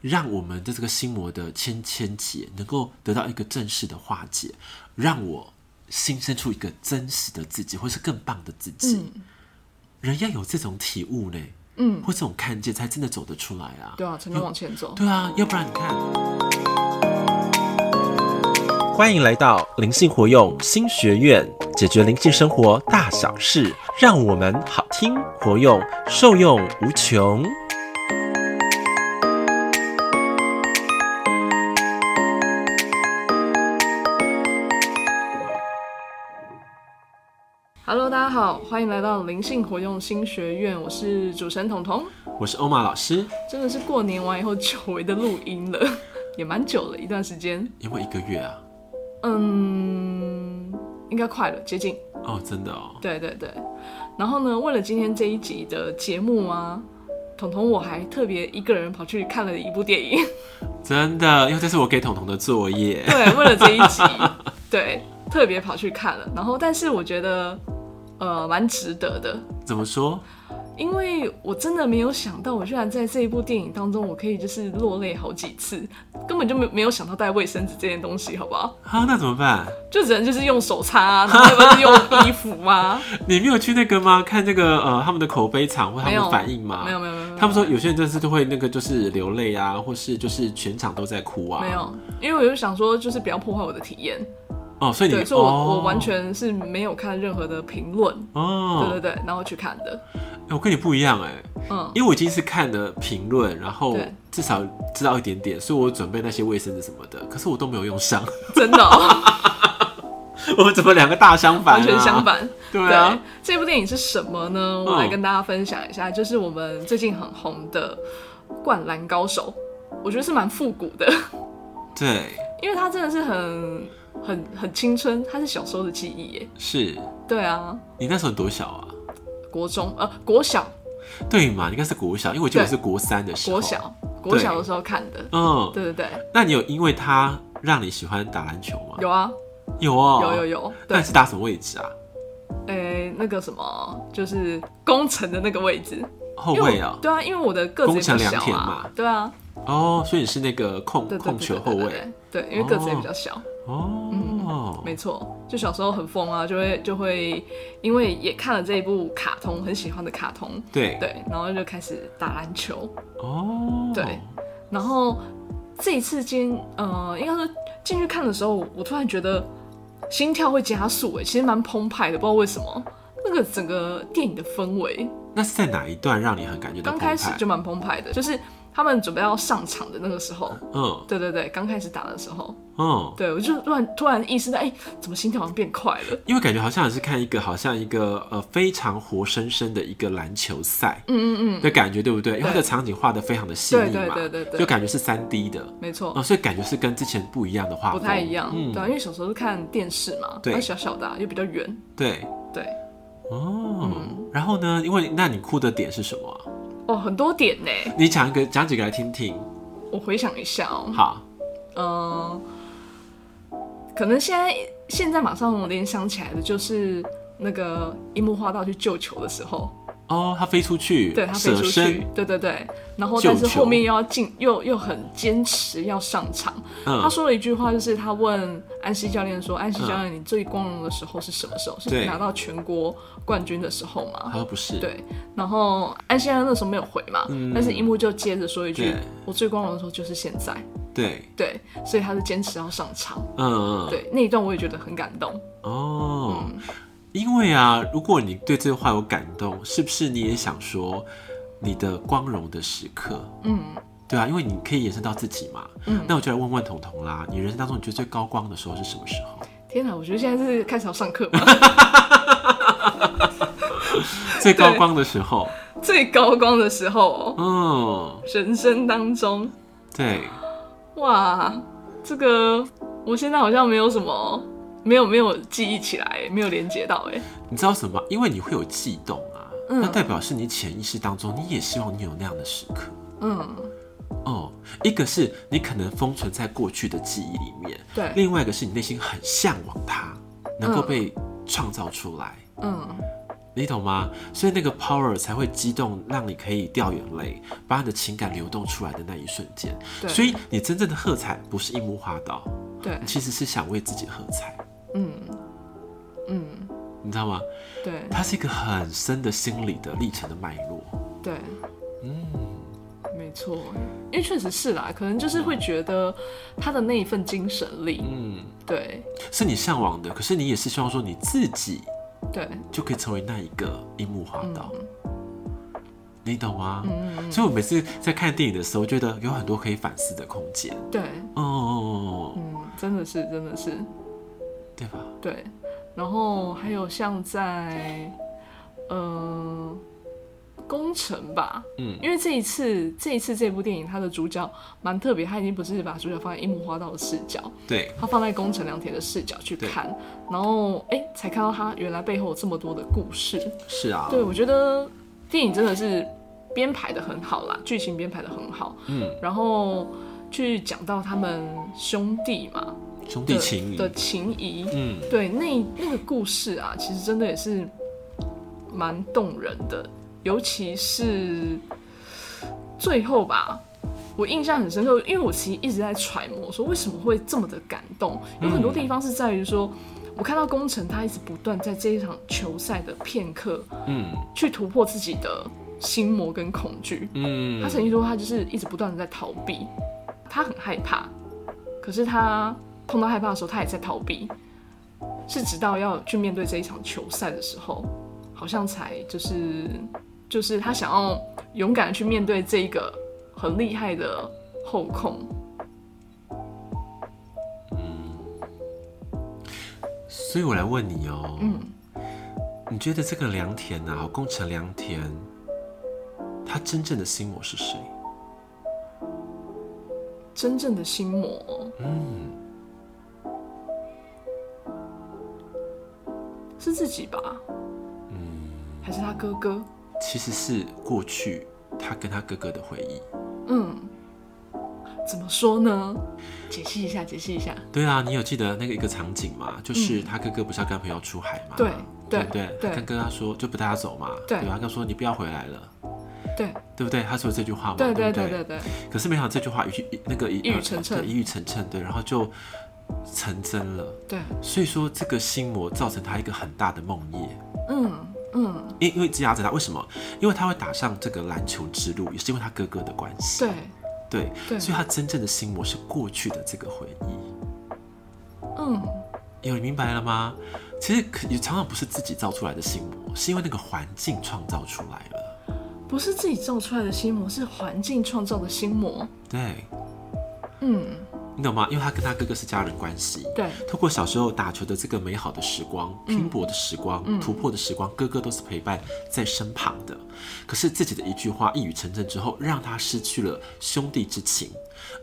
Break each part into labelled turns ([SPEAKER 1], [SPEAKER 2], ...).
[SPEAKER 1] 让我们的这个心魔的千千结能够得到一个正式的化解，让我新生出一个真实的自己，或是更棒的自己。
[SPEAKER 2] 嗯
[SPEAKER 1] 人要有这种体悟呢，嗯，或这种看见，才真的走得出来啊。
[SPEAKER 2] 对啊，才能往前走。
[SPEAKER 1] 对啊，要不然你看。欢迎来到灵性活用新学院，解决灵性生活大小事，让我们好听活用，受用无穷。
[SPEAKER 2] Hello，大家好，欢迎来到灵性活用新学院，我是主持人彤彤。
[SPEAKER 1] 我是欧玛老师，
[SPEAKER 2] 真的是过年完以后久违的录音了， 也蛮久了一段时间。
[SPEAKER 1] 有没有一个月啊？
[SPEAKER 2] 嗯，应该快了，接近。
[SPEAKER 1] 哦，真的哦，
[SPEAKER 2] 对对对。然后呢，为了今天这一集的节目啊，彤彤我还特别一个人跑去看了一部电影。
[SPEAKER 1] 真的，因为这是我给彤彤的作业。
[SPEAKER 2] 对，为了这一 集，对，特别跑去看了。然后，但是我觉得，呃，蛮值得的，
[SPEAKER 1] 怎么说？
[SPEAKER 2] 因为我真的没有想到，我居然在这一部电影当中，我可以就是落泪好几次，根本就没没有想到带卫生纸这件东西，好不好？
[SPEAKER 1] 啊，那怎么办？
[SPEAKER 2] 就只能就是用手擦、啊，然后要不然就用衣服啊，
[SPEAKER 1] 你没有去那个吗？看那个呃他们的口碑场或他
[SPEAKER 2] 没
[SPEAKER 1] 们的
[SPEAKER 2] 有
[SPEAKER 1] 反应吗？
[SPEAKER 2] 没有没有没有没有，
[SPEAKER 1] 啊他们说有些人真的是都会那个就是流泪啊，或是就是全场都在哭啊。
[SPEAKER 2] 没有，因为我就想说，就是不要破坏我的体验，
[SPEAKER 1] 哦，所以你
[SPEAKER 2] 对，所以我、
[SPEAKER 1] 哦
[SPEAKER 2] 我完全是没有看任何的评论，
[SPEAKER 1] 哦，
[SPEAKER 2] 对对对，然后去看的，
[SPEAKER 1] 哎我跟你不一样哎、
[SPEAKER 2] 嗯，
[SPEAKER 1] 因为我已经是看了评论，然后
[SPEAKER 2] 对
[SPEAKER 1] 至少知道一点点，所以我准备那些卫生纸什么的，可是我都没有用上。
[SPEAKER 2] 真的哦、
[SPEAKER 1] 我们怎么两个大相反、啊？
[SPEAKER 2] 完全相。反。
[SPEAKER 1] 对嗯啊，
[SPEAKER 2] 这部电影是什么呢？我来跟大家分享一下，就是我们最近很红的《灌篮高手》，我觉得是蛮复古的，
[SPEAKER 1] 对，
[SPEAKER 2] 因为它真的是很很很青春，它是小时候的记忆耶。
[SPEAKER 1] 是
[SPEAKER 2] 对啊，
[SPEAKER 1] 你那时候多小啊？
[SPEAKER 2] 国中呃国小
[SPEAKER 1] 对嘛？你应该是国小，因为我记得我
[SPEAKER 2] 对
[SPEAKER 1] 是国三的时候。
[SPEAKER 2] 国。小国小的时候看的，
[SPEAKER 1] 嗯，
[SPEAKER 2] 对对对，
[SPEAKER 1] 那你有因为他让你喜欢打篮球吗？
[SPEAKER 2] 有啊
[SPEAKER 1] 有哦，
[SPEAKER 2] 有有。有，
[SPEAKER 1] 那
[SPEAKER 2] 对
[SPEAKER 1] 你，是打什么位置啊？
[SPEAKER 2] 诶那个什么就是工程的那个位置，
[SPEAKER 1] 后
[SPEAKER 2] 因为
[SPEAKER 1] 卫
[SPEAKER 2] 我
[SPEAKER 1] 啊、
[SPEAKER 2] 对啊，因为我的个子也
[SPEAKER 1] 工程
[SPEAKER 2] 不
[SPEAKER 1] 良
[SPEAKER 2] 小
[SPEAKER 1] 田嘛
[SPEAKER 2] 啊，对啊，
[SPEAKER 1] 哦，所以你是那个控
[SPEAKER 2] 对对
[SPEAKER 1] 控
[SPEAKER 2] 对
[SPEAKER 1] 球
[SPEAKER 2] 对
[SPEAKER 1] 后
[SPEAKER 2] 对嗯
[SPEAKER 1] 卫
[SPEAKER 2] 对对，因为个子也比较小。
[SPEAKER 1] 哦，
[SPEAKER 2] 没错，就小时候很疯啊，就会就会因为也看了这一部卡通，很喜欢的卡通，
[SPEAKER 1] 对
[SPEAKER 2] 对，然后就开始打篮球，
[SPEAKER 1] 哦，
[SPEAKER 2] 对然后这一次进呃，应该说进去看的时候，我突然觉得心跳会加速、欸，哎，其实蛮澎湃的，不知道为什么。那个整个电影的氛围，
[SPEAKER 1] 那是在哪一段让你很感觉到
[SPEAKER 2] 刚
[SPEAKER 1] 澎
[SPEAKER 2] 开始
[SPEAKER 1] 湃
[SPEAKER 2] 就蛮澎湃的，就是他们准备要上场的那个时候，
[SPEAKER 1] 嗯
[SPEAKER 2] 对对对，刚开始打的时候，
[SPEAKER 1] 嗯，
[SPEAKER 2] 对我就突然突然意识到，哎、怎么心跳好像变快了？
[SPEAKER 1] 因为感觉好像也是看一个好像一个呃非常活生生的一个篮球赛
[SPEAKER 2] 嗯嗯嗯，
[SPEAKER 1] 的感觉，对不对？因为它的场景画的非常的细腻嘛，
[SPEAKER 2] 对对对对对
[SPEAKER 1] 就感觉是三 D 的。
[SPEAKER 2] 没错。
[SPEAKER 1] 哦，所以感觉是跟之前不一样的画
[SPEAKER 2] 不
[SPEAKER 1] 风，
[SPEAKER 2] 太一样，
[SPEAKER 1] 嗯，
[SPEAKER 2] 对、啊，因为小时候是看电视嘛，
[SPEAKER 1] 对
[SPEAKER 2] 它小小的啊、又比较远，
[SPEAKER 1] 对，
[SPEAKER 2] 对，
[SPEAKER 1] 哦，然后呢？因为那你哭的点是什么啊？
[SPEAKER 2] 哦，很多点呢，
[SPEAKER 1] 你讲一个，讲几个来听听。
[SPEAKER 2] 我回想一下哦，
[SPEAKER 1] 好，
[SPEAKER 2] 嗯、可能现在现在马上联想起来的就是那个樱木花道去救球的时候，
[SPEAKER 1] 哦，他飞出去，
[SPEAKER 2] 对他飞
[SPEAKER 1] 舍
[SPEAKER 2] 出去
[SPEAKER 1] 身，，
[SPEAKER 2] 对对对，然后
[SPEAKER 1] 救
[SPEAKER 2] 但
[SPEAKER 1] 球
[SPEAKER 2] 是后面又要进，又又很坚持要上场，他
[SPEAKER 1] 嗯，
[SPEAKER 2] 说了一句话，就是他问安西教练说：“安西教练，你最光荣的时候是什么时候？是
[SPEAKER 1] 对
[SPEAKER 2] 你拿到全国冠军的时候吗？”
[SPEAKER 1] 他说不是，，
[SPEAKER 2] 对，然后安先生那时候没有回嘛，
[SPEAKER 1] 嗯
[SPEAKER 2] 但是樱木就接着说一句
[SPEAKER 1] 对：“
[SPEAKER 2] 我最光荣的时候就是现在。
[SPEAKER 1] 对，”
[SPEAKER 2] 对，所以他是坚持要上场。
[SPEAKER 1] 嗯，嗯，
[SPEAKER 2] 对，那一段我也觉得很感动。嗯
[SPEAKER 1] 哦，因为啊，如果你对这句话有感动，是不是你也想说你的光荣的时刻？
[SPEAKER 2] 嗯，
[SPEAKER 1] 对啊，因为你可以延伸到自己嘛。
[SPEAKER 2] 嗯
[SPEAKER 1] 那我就来问问彤彤啦，你人生当中你觉得最高光的时候是什么时 候？
[SPEAKER 2] 天哪，我觉得现在是开始要上课嘛，
[SPEAKER 1] 最高光的时候，
[SPEAKER 2] 最高光的时候哦，
[SPEAKER 1] 嗯，
[SPEAKER 2] 人生当中，
[SPEAKER 1] 对，
[SPEAKER 2] 哇，这个我现在好像没有什么，没有没有记忆起来，没有连接到哎。
[SPEAKER 1] 你知道什么？因为你会有悸动啊，
[SPEAKER 2] 嗯
[SPEAKER 1] 那代表是你潜意识当中，你也希望你有那样的时刻。
[SPEAKER 2] 嗯，
[SPEAKER 1] 哦，一个是你可能封存在过去的记忆里面，
[SPEAKER 2] 对，
[SPEAKER 1] 另外一个是你内心很向往它，能够被创造出来。
[SPEAKER 2] 嗯，
[SPEAKER 1] 你懂吗？所以那个 power 才会激动，让你可以掉眼泪，把你的情感流动出来的那一瞬间。
[SPEAKER 2] 对
[SPEAKER 1] 所以你真正的喝彩不是一木花道，
[SPEAKER 2] 对
[SPEAKER 1] 你其实是想为自己喝彩，
[SPEAKER 2] 嗯，
[SPEAKER 1] 你知道吗？
[SPEAKER 2] 对
[SPEAKER 1] 它是一个很深的心理的历程的脉络。
[SPEAKER 2] 对，嗯，没错，因为确实是啦，可能就是会觉得他的那一份精神力，
[SPEAKER 1] 嗯，
[SPEAKER 2] 对
[SPEAKER 1] 是你向往的，可是你也是希望说你自己
[SPEAKER 2] 对
[SPEAKER 1] 就可以成为那一个樱木花道，
[SPEAKER 2] 嗯
[SPEAKER 1] 你懂吗？所以我每次在看电影的时候，觉得有很多可以反思的空间。
[SPEAKER 2] 对，
[SPEAKER 1] 哦、
[SPEAKER 2] 嗯，真的是真的是
[SPEAKER 1] 对吧？
[SPEAKER 2] 对，然后还有像在呃工程吧，
[SPEAKER 1] 嗯，
[SPEAKER 2] 因为这一次这一次这部电影它的主角蛮特别，他已经不是把主角放在樱木花道的视角，
[SPEAKER 1] 对，
[SPEAKER 2] 他放在宫城良田的视角去看，然后哎、诶才看到他原来背后有这么多的故事。
[SPEAKER 1] 是啊，
[SPEAKER 2] 对，我觉得电影真的是编排的很好啦，剧情编排的很好，
[SPEAKER 1] 嗯，
[SPEAKER 2] 然后去讲到他们兄弟嘛
[SPEAKER 1] 兄
[SPEAKER 2] 的
[SPEAKER 1] 弟情谊
[SPEAKER 2] 的，情谊，
[SPEAKER 1] 嗯，
[SPEAKER 2] 对，那那个故事啊，其实真的也是蛮动人的，尤其是最后吧，我印象很深刻，因为我其实一直在揣摩说为什么会这么的感动，有很多地方是在于说。我看到工程他一直不断在这一场球赛的片刻
[SPEAKER 1] 嗯
[SPEAKER 2] 去突破自己的心魔跟恐惧，
[SPEAKER 1] 嗯，
[SPEAKER 2] 他曾经说他就是一直不断的在逃避，他很害怕，可是他碰到害怕的时候，他也在逃避，是直到要去面对这一场球赛的时候，好像才就是就是他想要勇敢的去面对这一个很厉害的后控，
[SPEAKER 1] 所以我来问你哦、
[SPEAKER 2] 嗯，
[SPEAKER 1] 你觉得这个良田啊，宫城良田，他真正的心魔是谁？
[SPEAKER 2] 真正的心魔，是自己吧，还是他哥哥，
[SPEAKER 1] 其实是过去他跟他哥哥的回忆。
[SPEAKER 2] 嗯，怎么说呢？解析一下，解析一下。
[SPEAKER 1] 对啊，你有记得那个一个场景吗？就是他哥哥不是要跟朋友出海吗？
[SPEAKER 2] 嗯对
[SPEAKER 1] 对
[SPEAKER 2] 对
[SPEAKER 1] 不对，
[SPEAKER 2] 对
[SPEAKER 1] 他跟他说就不带他走嘛，
[SPEAKER 2] 对
[SPEAKER 1] 吧他跟他说你不要回来了，
[SPEAKER 2] 对
[SPEAKER 1] 对不对？他说这句话嘛，
[SPEAKER 2] 对
[SPEAKER 1] 对
[SPEAKER 2] 对
[SPEAKER 1] 不
[SPEAKER 2] 对对对，
[SPEAKER 1] 可是没想到这句话一句那个一呃
[SPEAKER 2] 一语成谶
[SPEAKER 1] 对一语成谶，对，然后就成真了。
[SPEAKER 2] 对，
[SPEAKER 1] 所以说这个心魔造成他一个很大的梦魇，
[SPEAKER 2] 嗯嗯，
[SPEAKER 1] 因因为积压着他，为什么？因为他会打上这个篮球之路，也是因为他哥哥的关系。
[SPEAKER 2] 对
[SPEAKER 1] 对，
[SPEAKER 2] 对，
[SPEAKER 1] 所以他真正的心魔是过去的这个回忆。
[SPEAKER 2] 嗯
[SPEAKER 1] 有你明白了吗？其实可也常常不是自己造出来的心魔，是因为那个环境创造出来了。
[SPEAKER 2] 不是自己造出来的心魔，是环境创造的心魔。
[SPEAKER 1] 对，
[SPEAKER 2] 嗯，
[SPEAKER 1] 你懂吗？因为他跟他哥哥是家人关系。
[SPEAKER 2] 对
[SPEAKER 1] 透过小时候打球的这个美好的时光、
[SPEAKER 2] 嗯
[SPEAKER 1] 拼搏的时光、突破的时光，哥哥都是陪伴在身旁的。可是自己的一句话一语成谶之后，让他失去了兄弟之情，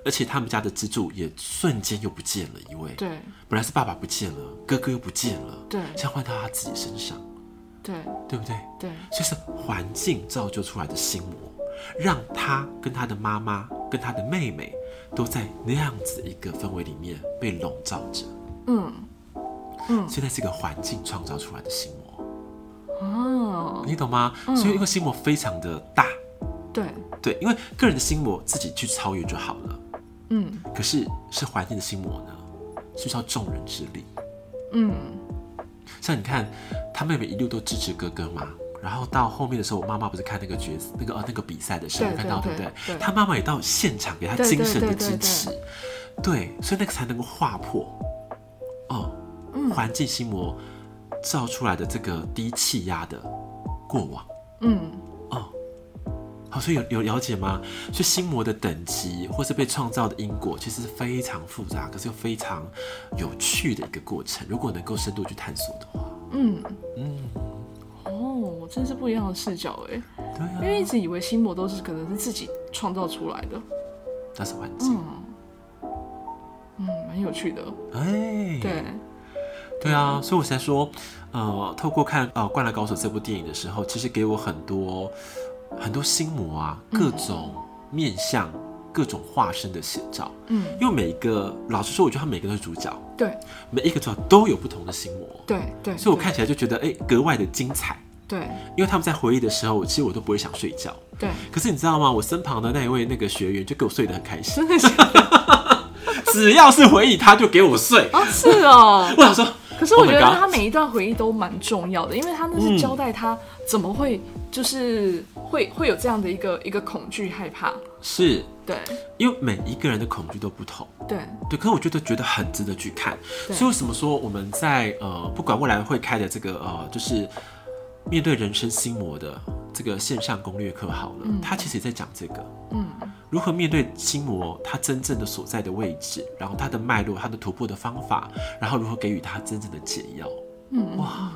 [SPEAKER 1] 而且他们家的支柱也瞬间又不见了一位。，
[SPEAKER 2] 对
[SPEAKER 1] 本来是爸爸不见了，哥哥又不见了，
[SPEAKER 2] 对
[SPEAKER 1] 像换到他自己身上，
[SPEAKER 2] 对
[SPEAKER 1] 对不对？
[SPEAKER 2] 对
[SPEAKER 1] 就是环境造就出来的心魔，让他跟他的妈妈、跟他的妹妹都在那样子一个氛围里面被笼罩着。
[SPEAKER 2] 嗯
[SPEAKER 1] 现在是一个环境创造出来的心魔，
[SPEAKER 2] 哦，
[SPEAKER 1] 你懂吗？所以一个心魔非常的大，
[SPEAKER 2] 对，
[SPEAKER 1] 对，因为个人的心魔自己去超越就好了。
[SPEAKER 2] 嗯
[SPEAKER 1] 可是是环境的心魔呢，是不是要众人之力？
[SPEAKER 2] 嗯
[SPEAKER 1] 像你看，他妹妹一路都支持哥哥嘛。然后到后面的时候，我妈妈不是看那个决那个呃那个比赛的时候，
[SPEAKER 2] 对
[SPEAKER 1] 看到对
[SPEAKER 2] 对
[SPEAKER 1] 不对
[SPEAKER 2] 对？对
[SPEAKER 1] 他妈妈也到现场给他
[SPEAKER 2] 对对
[SPEAKER 1] 精神的
[SPEAKER 2] 对
[SPEAKER 1] 支
[SPEAKER 2] 对
[SPEAKER 1] 持，对，所以那个才能够划破，哦，
[SPEAKER 2] 嗯
[SPEAKER 1] 环境心魔造出来的这个低气压的过往，
[SPEAKER 2] 嗯，
[SPEAKER 1] 好，所以有有了解吗？所以心魔的等级或是被创造的因果，其实是非常复杂，可是又非常有趣的一个过程。如果能够深度去探索的话，
[SPEAKER 2] 嗯
[SPEAKER 1] 嗯
[SPEAKER 2] 哦，真是不一样的视角哎，
[SPEAKER 1] 对啊
[SPEAKER 2] 因。为一直以为心魔都是可能是自己创造出来的，
[SPEAKER 1] 那是环境。
[SPEAKER 2] 嗯，蛮有趣的，
[SPEAKER 1] 哎，
[SPEAKER 2] 对，
[SPEAKER 1] 对啊，所以我才说，呃，透过看呃《灌篮高手》这部电影的时候，其实给我很多很多心魔啊，各种面相、各种化身的写照。
[SPEAKER 2] 嗯
[SPEAKER 1] 因为每一个，老实说，我觉得他每个都是主角，
[SPEAKER 2] 对
[SPEAKER 1] 每一个主角都有不同的心魔，
[SPEAKER 2] 对对，
[SPEAKER 1] 所以我
[SPEAKER 2] 对
[SPEAKER 1] 看起来就觉得哎、格外的精彩。
[SPEAKER 2] 对
[SPEAKER 1] 因为他们在回忆的时候，其实我都不会想睡觉。
[SPEAKER 2] 对，
[SPEAKER 1] 可是你知道吗？我身旁的那一位那个学员就给我睡得很开 心，
[SPEAKER 2] 真的是
[SPEAKER 1] 只要是回忆他就给我睡。
[SPEAKER 2] 哦，是 哦。
[SPEAKER 1] 我想说，
[SPEAKER 2] 可是我觉得
[SPEAKER 1] Oh my God 嗯
[SPEAKER 2] 他每一段回忆都蛮重要的，因为他那是交代他怎么会就是会会有这样的一个一个恐惧害怕，
[SPEAKER 1] 是
[SPEAKER 2] 对
[SPEAKER 1] 因为每一个人的恐惧都不同。
[SPEAKER 2] 对
[SPEAKER 1] 对，可是我觉得觉得很值得去看，
[SPEAKER 2] 对
[SPEAKER 1] 所以为什么说我们在呃，不管未来会开的这个呃，就是面对人生心魔的这个线上攻略课好了，它其实也在讲这个，
[SPEAKER 2] 嗯，
[SPEAKER 1] 如何面对心魔，它真正的所在的位置，然后它的脉络，它的突破的方法，然后如何给予它真正的解药，
[SPEAKER 2] 嗯
[SPEAKER 1] 哇，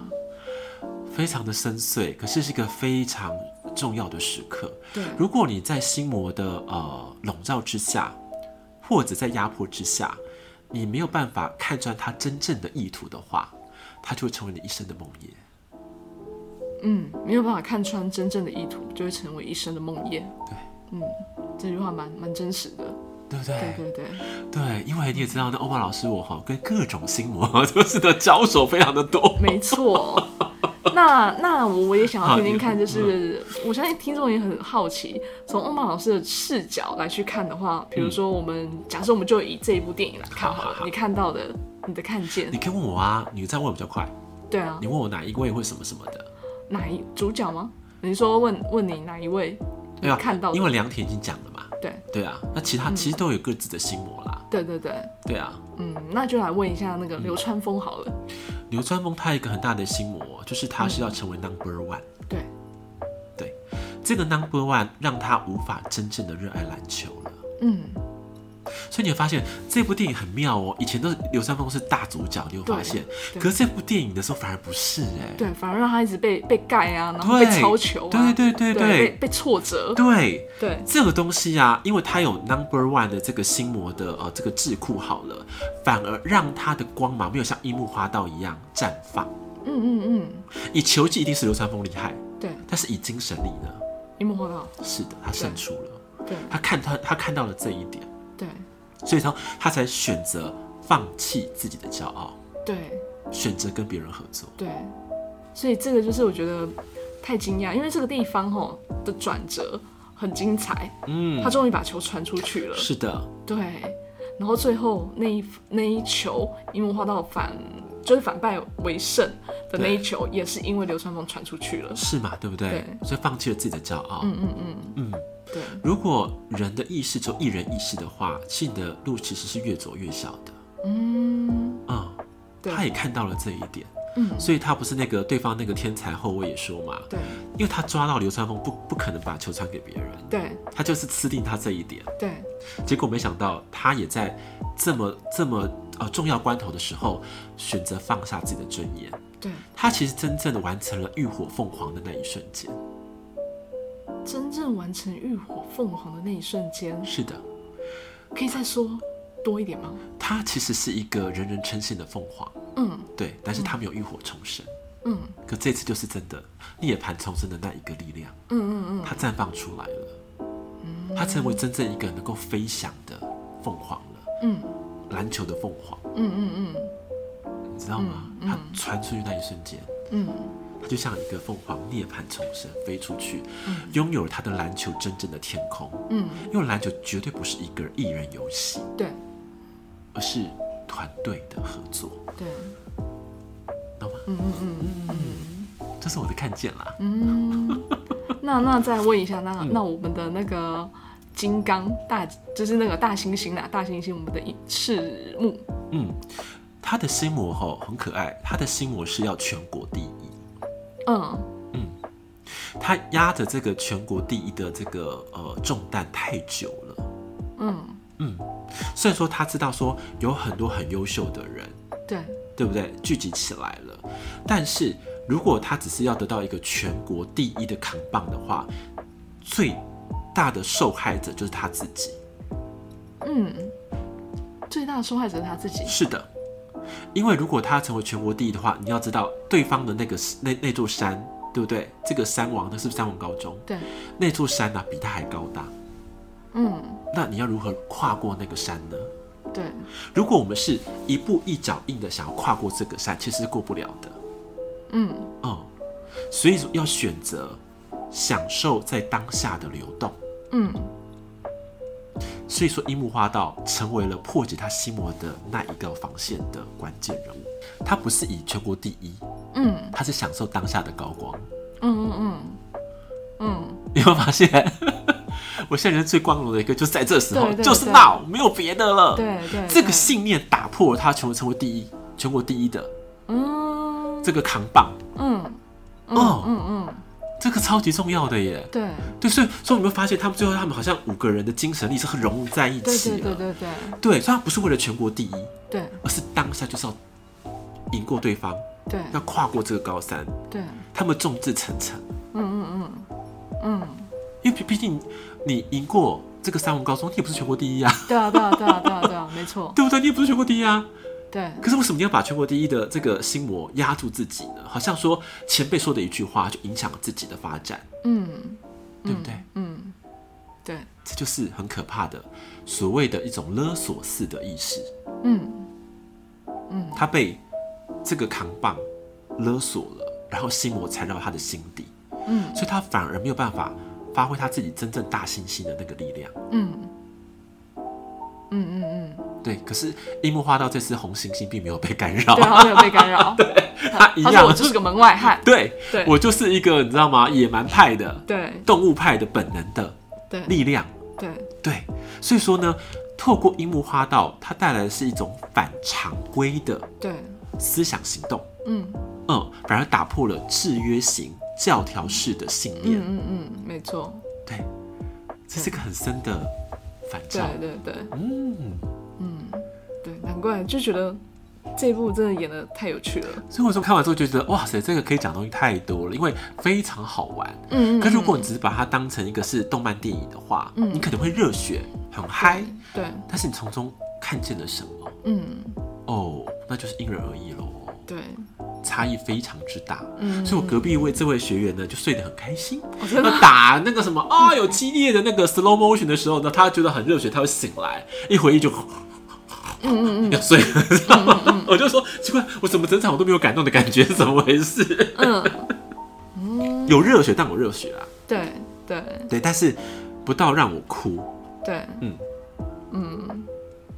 [SPEAKER 1] 非常的深邃，可是是一个非常重要的时刻，
[SPEAKER 2] 对
[SPEAKER 1] 如果你在心魔的呃笼罩之下，或者在压迫之下，你没有办法看穿他真正的意图的话，他就会成为你一生的梦魇。
[SPEAKER 2] 嗯，没有办法看穿真正的意图，就会成为一生的梦魇。
[SPEAKER 1] 对，
[SPEAKER 2] 嗯，这句话蛮蛮真实的，
[SPEAKER 1] 对不
[SPEAKER 2] 对
[SPEAKER 1] 对？
[SPEAKER 2] 对对，
[SPEAKER 1] 对，因为你也知道，那欧巴老师我哈跟各种心魔 就是的交手非常的多。
[SPEAKER 2] 没错。 那那我我也想要听听看，
[SPEAKER 1] 好嗯
[SPEAKER 2] 就是我相信听众也很好奇，从欧曼老师的视角来去看的话，比如说我们假设我们就以这一部电影来看好
[SPEAKER 1] 好
[SPEAKER 2] 了，
[SPEAKER 1] 好好
[SPEAKER 2] 你看到的你的看见
[SPEAKER 1] 你，可以问我啊，你这样问我比较快。
[SPEAKER 2] 对啊
[SPEAKER 1] 你，问我哪一位或什么什么的，
[SPEAKER 2] 哪一主角吗？你说问问你哪一位
[SPEAKER 1] 对啊，
[SPEAKER 2] 看到的
[SPEAKER 1] 因为良田已经讲了嘛。
[SPEAKER 2] 对
[SPEAKER 1] 对啊，那其他其实都有各自的心魔啦。
[SPEAKER 2] 对对对，
[SPEAKER 1] 对啊，
[SPEAKER 2] 嗯，那就来问一下那
[SPEAKER 1] 嗯
[SPEAKER 2] 个流川枫好了，
[SPEAKER 1] 流川枫他有一个很大的心魔，就是他是要成为 number one。
[SPEAKER 2] 对，
[SPEAKER 1] 对，这个 number one 让他无法真正的热爱篮球了。
[SPEAKER 2] 嗯，
[SPEAKER 1] 所以你会发现这部电影很妙哦，以前都是流川枫是大主角，你会发现，
[SPEAKER 2] 对
[SPEAKER 1] 可是这部电影的时候反而不是哎、
[SPEAKER 2] 对，反而让他一直被被盖啊，然后被
[SPEAKER 1] 对
[SPEAKER 2] 超球啊，
[SPEAKER 1] 对对对对
[SPEAKER 2] 被被挫折，
[SPEAKER 1] 对，
[SPEAKER 2] 对
[SPEAKER 1] 这个东西啊，因为它有 number one 的这个心魔的呃这个智库好了，反而让它的光芒没有像樱木花道一样绽放。
[SPEAKER 2] 嗯嗯
[SPEAKER 1] 以球技一定是流川枫厉害，
[SPEAKER 2] 嗯，对，
[SPEAKER 1] 但是以精神力呢？
[SPEAKER 2] 樱木花道，
[SPEAKER 1] 是的，他胜出了，
[SPEAKER 2] 对
[SPEAKER 1] 他看他他看到了这一点，
[SPEAKER 2] 对
[SPEAKER 1] 所以他他才选择放弃自己的骄傲。
[SPEAKER 2] 对
[SPEAKER 1] 选择跟别人合作。
[SPEAKER 2] 对，所以这个就是我觉得太惊讶，因为这个地方吼的转折很精彩，
[SPEAKER 1] 嗯
[SPEAKER 2] 他终于把球传出去了，
[SPEAKER 1] 是的，
[SPEAKER 2] 对，然后最后那一那一球樱木花道反就是反败为胜的那一球，也是因为流川枫传出去了，
[SPEAKER 1] 是嘛？对不对？
[SPEAKER 2] 对
[SPEAKER 1] 所以放弃了自己的骄傲。
[SPEAKER 2] 嗯嗯嗯，
[SPEAKER 1] 嗯，
[SPEAKER 2] 对
[SPEAKER 1] 如果人的意识就一人意识的话，其实你的路其实是越走越小的。
[SPEAKER 2] 嗯
[SPEAKER 1] 嗯，
[SPEAKER 2] 对
[SPEAKER 1] 他也看到了这一点，
[SPEAKER 2] 嗯
[SPEAKER 1] 所以他不是那个对方那个天才后卫也说嘛，
[SPEAKER 2] 对
[SPEAKER 1] 因为他抓到流川枫不不可能把球传给别人，
[SPEAKER 2] 对
[SPEAKER 1] 他就是吃定他这一点。
[SPEAKER 2] 对
[SPEAKER 1] 结果没想到他也在这么这么呃重要关头的时候，选择放下自己的尊严。
[SPEAKER 2] 对，
[SPEAKER 1] 他其实真正的完成了浴火凤凰的那一瞬间。
[SPEAKER 2] 真正完成浴火凤凰的那一瞬间，
[SPEAKER 1] 是的，
[SPEAKER 2] 可以再说多一点吗？
[SPEAKER 1] 他其实是一个人人称羡的凤凰，
[SPEAKER 2] 嗯
[SPEAKER 1] 对，但是他没有浴火重生。
[SPEAKER 2] 嗯
[SPEAKER 1] 可这次就是真的涅槃重生的那一个力量，
[SPEAKER 2] 嗯嗯
[SPEAKER 1] 它绽放出来了，它成为真正一个能够飞翔的凤凰了，
[SPEAKER 2] 嗯
[SPEAKER 1] 篮球的凤凰，
[SPEAKER 2] 嗯嗯
[SPEAKER 1] 你知道吗？它传出去那一瞬间，
[SPEAKER 2] 嗯嗯，
[SPEAKER 1] 它就像一个凤凰涅槃重生飞出去，拥有了它的篮球真正的天空。
[SPEAKER 2] 嗯，
[SPEAKER 1] 因为篮球绝对不是一个人一人游戏，
[SPEAKER 2] 对
[SPEAKER 1] 而是团队的合作，
[SPEAKER 2] 对，
[SPEAKER 1] 懂吗？
[SPEAKER 2] 嗯嗯嗯
[SPEAKER 1] 这是我的看见啦。
[SPEAKER 2] 嗯。那那再问一下，那那我们的那个金刚大，就是那个大猩猩啦，大猩猩，我们的赤木，
[SPEAKER 1] 嗯，他的心魔吼很可爱，他的心魔是要全国第一，
[SPEAKER 2] 嗯，
[SPEAKER 1] 他压着这个全国第一的这个呃重担太久了。
[SPEAKER 2] 嗯，
[SPEAKER 1] 嗯，虽然说他知道说有很多很优秀的人，
[SPEAKER 2] 对
[SPEAKER 1] 对不对？聚集起来了，但是如果他只是要得到一个全国第一的扛棒的话，最大的受害者就是他自己。
[SPEAKER 2] 嗯，最大的受害者是他自己，
[SPEAKER 1] 是的，因为如果他成为全国第一的话，你要知道对方的那个那那座山，对不对？这个山王，那是不是山王高中？
[SPEAKER 2] 对，
[SPEAKER 1] 那座山啊呢、比他还高大。
[SPEAKER 2] 嗯，
[SPEAKER 1] 那你要如何跨过那个山呢？
[SPEAKER 2] 对，
[SPEAKER 1] 如果我们是一步一脚印的想要跨过这个山，其实是过不了的。
[SPEAKER 2] 嗯，
[SPEAKER 1] 嗯，所以说要选择享受在当下的流动。
[SPEAKER 2] 嗯，
[SPEAKER 1] 所以说，樱木花道成为了破解他心魔的那一个防线的关键人物。他不是以全国第一，
[SPEAKER 2] 嗯
[SPEAKER 1] 他是享受当下的高光。
[SPEAKER 2] 嗯嗯嗯嗯，
[SPEAKER 1] 你会发现， 我现在人最光荣的一个就是在这时候，
[SPEAKER 2] 对对
[SPEAKER 1] 就是
[SPEAKER 2] 对
[SPEAKER 1] 闹，没有别的了。
[SPEAKER 2] 对对，
[SPEAKER 1] 这个
[SPEAKER 2] 对，
[SPEAKER 1] 信念打破了他全国成为第一，全国第一的
[SPEAKER 2] 嗯
[SPEAKER 1] 这个扛棒，
[SPEAKER 2] 嗯
[SPEAKER 1] 哦
[SPEAKER 2] 嗯嗯嗯，
[SPEAKER 1] 这个超级重要的耶。
[SPEAKER 2] 对
[SPEAKER 1] 对，所以所以你们发现，他们最后他们好像五个人的精神力是很融入在一
[SPEAKER 2] 对
[SPEAKER 1] 起了。
[SPEAKER 2] 对对对对
[SPEAKER 1] 对所以他不是为了全国第一，
[SPEAKER 2] 对
[SPEAKER 1] 而是当下就是要赢过对方，
[SPEAKER 2] 对
[SPEAKER 1] 要跨过这个高山。
[SPEAKER 2] 对，
[SPEAKER 1] 他们众志成城，
[SPEAKER 2] 嗯嗯嗯嗯，
[SPEAKER 1] 因为毕毕竟你赢过这个三文高中，你也不是全国第一啊，
[SPEAKER 2] 对啊对啊对啊对啊对啊，没错，
[SPEAKER 1] 对不对？你也不是全国第一啊。
[SPEAKER 2] 对
[SPEAKER 1] 可是为什么你要把全国第一啊的这个心魔压住自己呢？好像说前辈说的一句话就影响自己的发展，
[SPEAKER 2] 嗯
[SPEAKER 1] 对不对？
[SPEAKER 2] 嗯对
[SPEAKER 1] 这就是很可怕的所谓的一种勒索式的意识。
[SPEAKER 2] 嗯
[SPEAKER 1] 他被这个扛棒勒索了，然后心魔缠绕他的心底，
[SPEAKER 2] 嗯
[SPEAKER 1] 所以他反而没有办法发挥他自己真正大猩猩的那个力量。
[SPEAKER 2] 嗯嗯嗯嗯，
[SPEAKER 1] 对，可是樱木花道这次红猩猩并没有被干扰
[SPEAKER 2] 对，啊，没有被干扰，
[SPEAKER 1] 他一
[SPEAKER 2] 他说
[SPEAKER 1] 样
[SPEAKER 2] 我就是个门外汉，
[SPEAKER 1] 对
[SPEAKER 2] 对
[SPEAKER 1] 我就是一个你知道吗？野蛮派的
[SPEAKER 2] 对
[SPEAKER 1] 动物派的本能的
[SPEAKER 2] 对
[SPEAKER 1] 力量，
[SPEAKER 2] 对
[SPEAKER 1] 对，所以说呢，透过樱木花道，它带来的是一种反常规的
[SPEAKER 2] 对，
[SPEAKER 1] 思想行动，
[SPEAKER 2] 嗯
[SPEAKER 1] 嗯，反而打破了制约型教条式的信念，
[SPEAKER 2] 嗯嗯嗯，没错，
[SPEAKER 1] 对，这是一个很深的反
[SPEAKER 2] 对
[SPEAKER 1] 照，
[SPEAKER 2] 啊对对
[SPEAKER 1] 嗯，
[SPEAKER 2] 对，难怪就觉得这一部真的演的太有趣了，
[SPEAKER 1] 所以我说看完之后就觉得哇塞，这个可以讲的东西太多了，因为非常好玩。
[SPEAKER 2] 嗯嗯，
[SPEAKER 1] 可如果你只是把它当成一个是动漫电影的话，
[SPEAKER 2] 嗯
[SPEAKER 1] 你可能会热血很嗨，
[SPEAKER 2] 对，
[SPEAKER 1] 但是你从中看见了什么？
[SPEAKER 2] 嗯
[SPEAKER 1] 哦，那就是因人而异喽，
[SPEAKER 2] 对，
[SPEAKER 1] 差异非常之大。
[SPEAKER 2] 嗯，哦
[SPEAKER 1] 所以我隔壁位这位学员呢，就睡得很开心。
[SPEAKER 2] 真
[SPEAKER 1] 那打那个什么啊、有激烈的那个 slow motion 的时候呢，他觉得很热血，他会醒来，一回忆就
[SPEAKER 2] 嗯嗯
[SPEAKER 1] 要睡了，知道吗？我就说奇怪，我怎么整场我都没有感动的感觉，怎么回事？
[SPEAKER 2] 嗯
[SPEAKER 1] 有热血，但我热血啊，
[SPEAKER 2] 对对
[SPEAKER 1] 对，但是不到让我哭。
[SPEAKER 2] 对，
[SPEAKER 1] 嗯
[SPEAKER 2] 嗯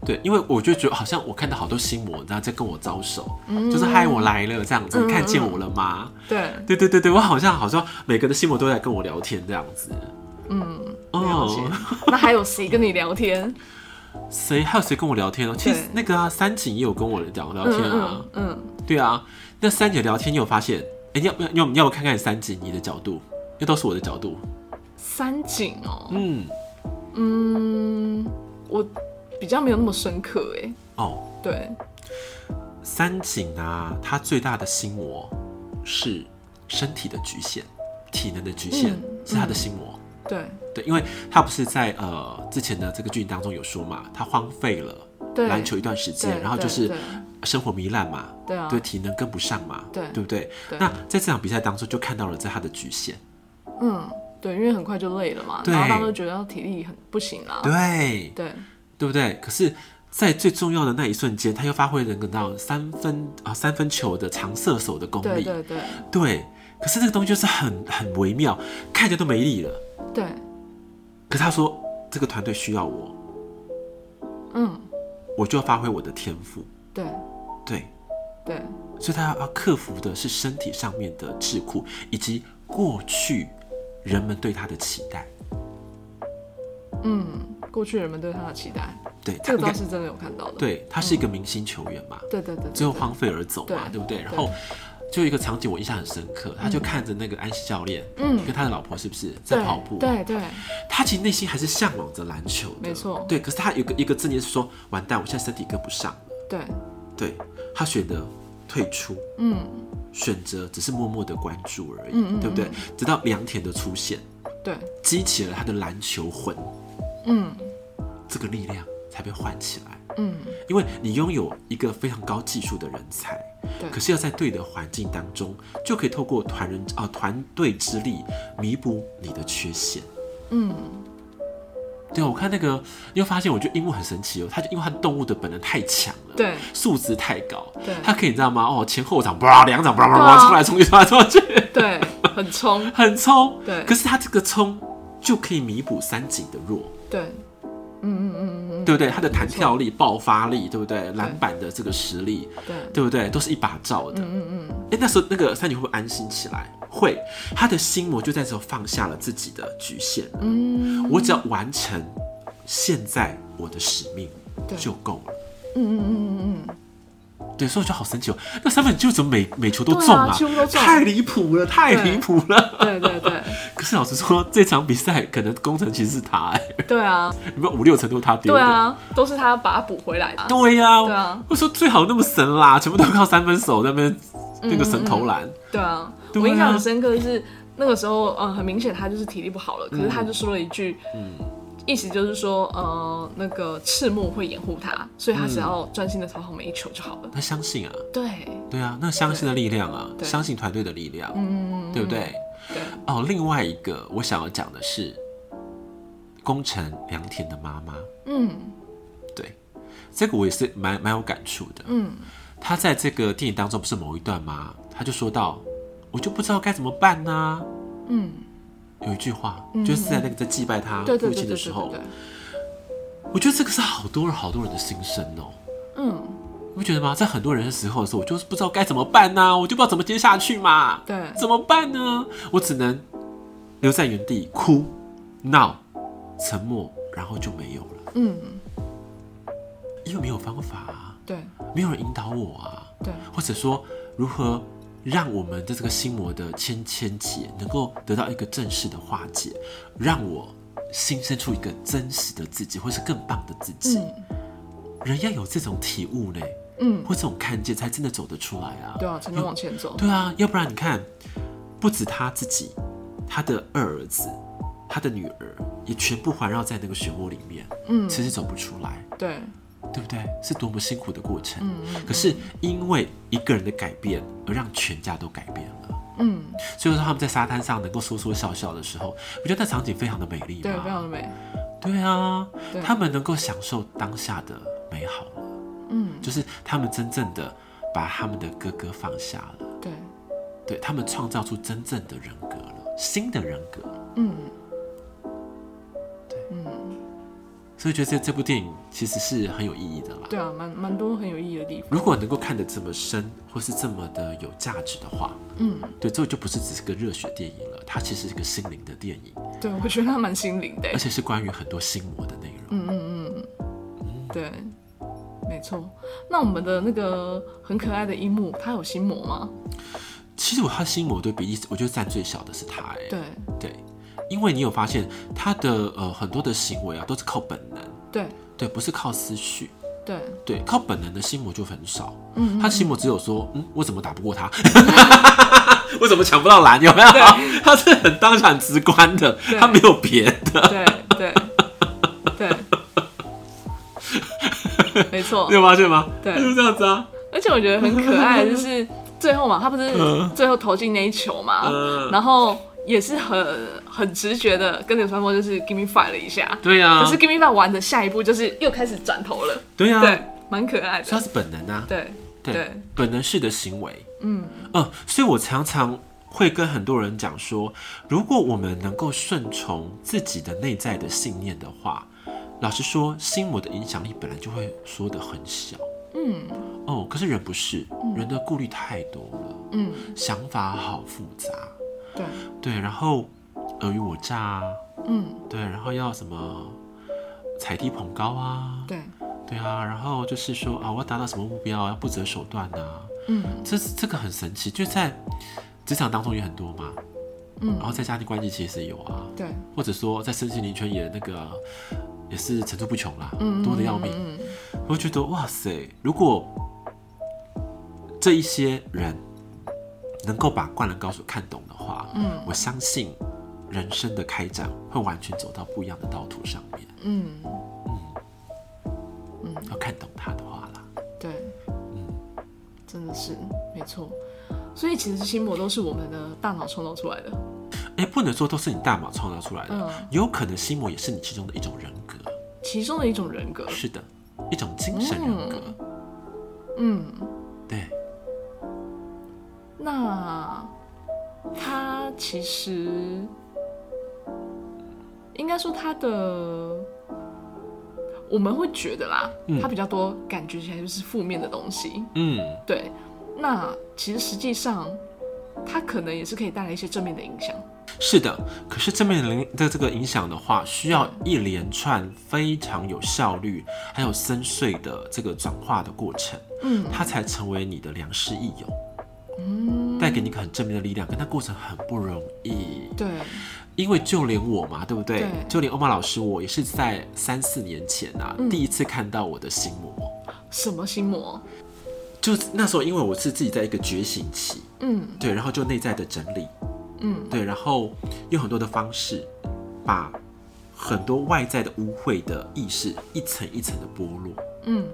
[SPEAKER 1] 对，因为我就觉得好像我看到好多心魔，然后在跟我招手，
[SPEAKER 2] 嗯，
[SPEAKER 1] 就是嗨，我来了这样子，
[SPEAKER 2] 嗯
[SPEAKER 1] 你看见我了吗？
[SPEAKER 2] 对，
[SPEAKER 1] 对对对对，我好像好像每个的心魔都在跟我聊天这样子。
[SPEAKER 2] 嗯，了解
[SPEAKER 1] 哦，。
[SPEAKER 2] 那还有谁跟你聊天？
[SPEAKER 1] 谁还有谁跟我聊天哦？其实
[SPEAKER 2] 对
[SPEAKER 1] 那个啊，三井也有跟我聊聊天啊
[SPEAKER 2] 嗯。嗯嗯，
[SPEAKER 1] 对啊，那三井聊天，你有发现？哎、你要不要要不要我看看三井你的角度？因为都是我的角度。
[SPEAKER 2] 三井哦，
[SPEAKER 1] 嗯，
[SPEAKER 2] 嗯，我比较没有那么深刻哎，
[SPEAKER 1] 哦，
[SPEAKER 2] 对，
[SPEAKER 1] 三井啊，他最大的心魔是身体的局限，体能的局限、
[SPEAKER 2] 嗯
[SPEAKER 1] 是他的心魔。
[SPEAKER 2] 对
[SPEAKER 1] 对，因为他不是在呃之前的这个剧情当中有说嘛，他荒废了
[SPEAKER 2] 对，
[SPEAKER 1] 篮球一段时
[SPEAKER 2] 对，
[SPEAKER 1] 间，然后
[SPEAKER 2] 对
[SPEAKER 1] 就是
[SPEAKER 2] 对
[SPEAKER 1] 生活糜烂嘛，
[SPEAKER 2] 对啊，
[SPEAKER 1] 对体能跟不上嘛，
[SPEAKER 2] 对
[SPEAKER 1] 对不对？
[SPEAKER 2] 对
[SPEAKER 1] 那在这场比赛当中就看到了在他的局限，
[SPEAKER 2] 嗯，对，因为很快就累了嘛，
[SPEAKER 1] 对
[SPEAKER 2] 然后大家都觉得体力很不行啦，
[SPEAKER 1] 对
[SPEAKER 2] 对
[SPEAKER 1] 对不对？可是，在最重要的那一瞬间，他又发挥了能到三分啊三分球的长射手的功
[SPEAKER 2] 对
[SPEAKER 1] 力，
[SPEAKER 2] 对对
[SPEAKER 1] 对可是这个东西就是很很微妙，看着都没力了。
[SPEAKER 2] 对，
[SPEAKER 1] 可是他说这个团队需要我，
[SPEAKER 2] 嗯，
[SPEAKER 1] 我就要发挥我的天赋，
[SPEAKER 2] 对
[SPEAKER 1] 对。
[SPEAKER 2] 对
[SPEAKER 1] 所以他要克服的是身体上面的桎梏，以及过去人们对他的期待。
[SPEAKER 2] 嗯过去人们对他的期待，
[SPEAKER 1] 对，他
[SPEAKER 2] 这个
[SPEAKER 1] 应
[SPEAKER 2] 倒
[SPEAKER 1] 该
[SPEAKER 2] 是真的有看到的。
[SPEAKER 1] 对他是一个明星球员嘛，
[SPEAKER 2] 对对对对，
[SPEAKER 1] 最后荒废而走嘛，
[SPEAKER 2] 对
[SPEAKER 1] 对不对？然后就有一个场景我印象很深刻，他就看着那个安西教练，
[SPEAKER 2] 嗯
[SPEAKER 1] 跟他的老婆是不是在
[SPEAKER 2] 对
[SPEAKER 1] 跑步？
[SPEAKER 2] 对对
[SPEAKER 1] 他其实内心还是向往着篮球的，
[SPEAKER 2] 没错
[SPEAKER 1] 对，可是他有个一个字念是说，完蛋，我现在身体跟不上了。
[SPEAKER 2] 对，
[SPEAKER 1] 对他选择退出，
[SPEAKER 2] 嗯
[SPEAKER 1] 选择只是默默的关注而已，
[SPEAKER 2] 嗯嗯
[SPEAKER 1] 对不对？直到良田的出现，
[SPEAKER 2] 对，
[SPEAKER 1] 激起了他的篮球魂，
[SPEAKER 2] 嗯
[SPEAKER 1] 这个力量才被唤起来。
[SPEAKER 2] 嗯
[SPEAKER 1] 因为你拥有一个非常高技术的人才，
[SPEAKER 2] 对
[SPEAKER 1] 可是要在对的环境当中，就可以透过团人啊团队之力弥补你的缺陷。
[SPEAKER 2] 嗯，
[SPEAKER 1] 对啊，我看那个，你会发现，我觉得樱木很神奇哦，它就因为它动物的本能太强了，
[SPEAKER 2] 对，
[SPEAKER 1] 素质太高，
[SPEAKER 2] 对
[SPEAKER 1] 它可以你知道吗？哦，前后掌叭两掌叭叭
[SPEAKER 2] 对啊
[SPEAKER 1] 叭冲来冲去冲来冲去，
[SPEAKER 2] 对，很冲，
[SPEAKER 1] 很冲，
[SPEAKER 2] 对
[SPEAKER 1] 可是它这个冲就可以弥补三井的弱，
[SPEAKER 2] 对，
[SPEAKER 1] 对不对？它的弹跳力、爆发力，对不对？篮板的这个实力，
[SPEAKER 2] 对，
[SPEAKER 1] 对不对？都是一把罩的。嗯嗯嗯。哎，那时候那个三井会不会安心起来？会，他的心魔就在这放下了自己的局限。
[SPEAKER 2] 嗯，
[SPEAKER 1] 我只要完成现在我的使命
[SPEAKER 2] 对
[SPEAKER 1] 就够了。
[SPEAKER 2] 嗯嗯嗯嗯嗯，
[SPEAKER 1] 对，所以我觉得好神奇哦。那三分就怎么每每球都
[SPEAKER 2] 对啊
[SPEAKER 1] 中啊？
[SPEAKER 2] 几乎都中
[SPEAKER 1] 太离谱了，太
[SPEAKER 2] 对
[SPEAKER 1] 离谱了。
[SPEAKER 2] 对对对，
[SPEAKER 1] 可是老实说，这场比赛可能工程其实是他、哎，
[SPEAKER 2] 对啊，
[SPEAKER 1] 你们五六成都是他丢
[SPEAKER 2] 对
[SPEAKER 1] 的。
[SPEAKER 2] 啊，都是他把他补回来的啊。
[SPEAKER 1] 对呀、
[SPEAKER 2] 对啊
[SPEAKER 1] 我说最好那么神啦，全部都靠三分手在那边那个神投篮。
[SPEAKER 2] 对啊，
[SPEAKER 1] 对啊
[SPEAKER 2] 我印象很深刻的是那个时候，嗯，很明显他就是体力不好了，可是他就说了一句，嗯，意思就是说，呃，那个赤木会掩护他，所以
[SPEAKER 1] 嗯
[SPEAKER 2] 他只要专心的投好每一球就好了。
[SPEAKER 1] 他相信啊，
[SPEAKER 2] 对
[SPEAKER 1] 对啊，那相信的力量啊，
[SPEAKER 2] 对
[SPEAKER 1] 相信团队的力量，嗯，对不对？
[SPEAKER 2] 对，
[SPEAKER 1] 哦，另外一个我想要讲的是，宫城良田的妈妈，
[SPEAKER 2] 嗯
[SPEAKER 1] 对，这个我也是蛮蛮有感触的。
[SPEAKER 2] 嗯，
[SPEAKER 1] 他在这个电影当中不是某一段吗？他就说到，我就不知道该怎么办呢、
[SPEAKER 2] 嗯，
[SPEAKER 1] 有一句话，就是在那个在祭拜他
[SPEAKER 2] 对对
[SPEAKER 1] 父
[SPEAKER 2] 对
[SPEAKER 1] 亲
[SPEAKER 2] 对
[SPEAKER 1] 的
[SPEAKER 2] 对
[SPEAKER 1] 时
[SPEAKER 2] 对
[SPEAKER 1] 候
[SPEAKER 2] 对，，
[SPEAKER 1] 我觉得这个是好多人好多人的心声哦、
[SPEAKER 2] 嗯
[SPEAKER 1] 你不觉得吗？在很多人的时候的时候，我就是不知道该怎么办呢、我就不知道怎么接下去嘛。
[SPEAKER 2] 对
[SPEAKER 1] 怎么办呢？我只能留在原地哭、闹、沉默，然后就没有了，
[SPEAKER 2] 嗯
[SPEAKER 1] 因为没有方法、啊，
[SPEAKER 2] 对
[SPEAKER 1] 没有人引导我啊，
[SPEAKER 2] 对
[SPEAKER 1] 或者说如何让我们的这个心魔的千千结能够得到一个正式的化解，让我新生出一个真实的自己，或是更棒的自己。
[SPEAKER 2] 嗯
[SPEAKER 1] 人要有这种体悟呢，
[SPEAKER 2] 嗯，
[SPEAKER 1] 或这种看见，才真的走得出来啊。
[SPEAKER 2] 对啊，才能往前走。
[SPEAKER 1] 对啊，要不然你看，不止他自己，他的二儿子，他的女儿也全部环绕在那个漩涡里面，
[SPEAKER 2] 嗯
[SPEAKER 1] 其实走不出来，
[SPEAKER 2] 对
[SPEAKER 1] 对不对？是多么辛苦的过程。
[SPEAKER 2] 嗯
[SPEAKER 1] 可是因为一个人的改变，而让全家都改变了。
[SPEAKER 2] 嗯
[SPEAKER 1] 所以说他们在沙滩上能够说说笑笑的时候，我觉得那场景非常的美丽
[SPEAKER 2] 对，
[SPEAKER 1] 嘛
[SPEAKER 2] 非常的美。
[SPEAKER 1] 对啊，
[SPEAKER 2] 对
[SPEAKER 1] 他们能够享受当下的美好了，
[SPEAKER 2] 嗯
[SPEAKER 1] 就是他们真正的把他们的哥哥放下了。
[SPEAKER 2] 对
[SPEAKER 1] 对他们创造出真正的人格了，新的人格了。
[SPEAKER 2] 嗯
[SPEAKER 1] 所以觉得这这部电影其实是很有意义的啦。
[SPEAKER 2] 对啊，蛮蛮多很有意义的地方。
[SPEAKER 1] 如果能够看得这么深，或是这么的有价值的话，
[SPEAKER 2] 嗯
[SPEAKER 1] 对，这就不是只是个热血电影了，它其实是一个心灵的电影，
[SPEAKER 2] 对，我觉得他蛮心灵的欸
[SPEAKER 1] 而。且是关于很多心魔的内容。
[SPEAKER 2] 嗯对，没错。那我们的那个很可爱的樱木，他有心魔吗？
[SPEAKER 1] 其实我他心魔对比例，我觉得占最小的是他、哎，
[SPEAKER 2] 对
[SPEAKER 1] 对，因为你有发现他的呃很多的行为啊，都是靠本能，
[SPEAKER 2] 对
[SPEAKER 1] 对，不是靠思绪。
[SPEAKER 2] 对
[SPEAKER 1] 对，靠本能的心魔就很少。嗯，他心魔只有说，嗯，我怎么打不过他？ 我怎么抢不到篮？有没有？ 他是很当场直观的，
[SPEAKER 2] 对
[SPEAKER 1] 他没有别的，
[SPEAKER 2] 对对对，没错
[SPEAKER 1] 你。有发现吗？
[SPEAKER 2] 对
[SPEAKER 1] 他就是这样子啊。
[SPEAKER 2] 而且我觉得很可 爱，就是最后嘛，他不是最后投进那一球嘛，
[SPEAKER 1] 嗯
[SPEAKER 2] 然后也是很很直觉的跟着川波就是 give me five 了一下，
[SPEAKER 1] 对啊呀、
[SPEAKER 2] 可是 give me five 完的下一步就是又开始转头了，
[SPEAKER 1] 对呀、
[SPEAKER 2] 对，蛮可爱
[SPEAKER 1] 所以他，
[SPEAKER 2] 的
[SPEAKER 1] 是本能啊，
[SPEAKER 2] 对对
[SPEAKER 1] 本能式的行为。嗯呃，所以我常常会跟很多人讲说，如果我们能够顺从自己的内在的信念的话，老实说，心魔的影响力本来就会缩得很小。嗯，哦，可是人不是，人的顾虑太多了，
[SPEAKER 2] 嗯
[SPEAKER 1] 想法好复杂，
[SPEAKER 2] 对，
[SPEAKER 1] 对，然后尔虞我诈啊，
[SPEAKER 2] 嗯
[SPEAKER 1] 对，然后要什么踩低捧高啊，
[SPEAKER 2] 对，
[SPEAKER 1] 对啊，然后就是说啊，我要达到什么目标，要不择手段啊，
[SPEAKER 2] 嗯
[SPEAKER 1] 这是这个很神奇，就在职场当中也很多嘛，
[SPEAKER 2] 嗯
[SPEAKER 1] 然后在家庭关系其实也有啊，
[SPEAKER 2] 对，
[SPEAKER 1] 或者说在身心灵圈也那个啊也是层出不穷啦，
[SPEAKER 2] 嗯
[SPEAKER 1] 多的要命。
[SPEAKER 2] 嗯嗯
[SPEAKER 1] 我觉得哇塞，如果这一些人能够把《灌篮高手》看懂的话，
[SPEAKER 2] 嗯，
[SPEAKER 1] 我相信人生的开展会完全走到不一样的道途上面。
[SPEAKER 2] 嗯，
[SPEAKER 1] 要看懂它的话啦，
[SPEAKER 2] 对，
[SPEAKER 1] 嗯
[SPEAKER 2] 真的是没错。所以其实心魔都是我们的大脑创造出来的。
[SPEAKER 1] 哎、哎，不能说都是你大脑创造出来的，
[SPEAKER 2] 嗯
[SPEAKER 1] 有可能心魔也是你其中的一种人格，
[SPEAKER 2] 其中的一种人格，
[SPEAKER 1] 是的，一种精神人格。
[SPEAKER 2] 嗯，
[SPEAKER 1] 对，
[SPEAKER 2] 那他其实应该说他的，我们会觉得啦，
[SPEAKER 1] 嗯
[SPEAKER 2] 他比较多感觉起来就是负面的东西。
[SPEAKER 1] 嗯，
[SPEAKER 2] 对，那其实实际上，它可能也是可以带来一些正面的影响。
[SPEAKER 1] 是的。可是正面灵的这个影响的话，需要一连串非常有效率，还有深邃的这个转化的过程，
[SPEAKER 2] 嗯
[SPEAKER 1] 它才成为你的良师益友，带给你一个很正面的力量。跟它过程很不容易。
[SPEAKER 2] 对，
[SPEAKER 1] 因为就连我嘛，对不对？
[SPEAKER 2] 对
[SPEAKER 1] 就连欧玛老师，我也是在三四年前啊，
[SPEAKER 2] 嗯
[SPEAKER 1] 第一次看到我的心魔。
[SPEAKER 2] 什么心魔？
[SPEAKER 1] 就是那时候，因为我是自己在一个觉醒期，
[SPEAKER 2] 嗯
[SPEAKER 1] 对，然后就内在的整理，
[SPEAKER 2] 嗯
[SPEAKER 1] 对，然后用很多的方式，把很多外在的污秽的意识一层一层的剥落，
[SPEAKER 2] 嗯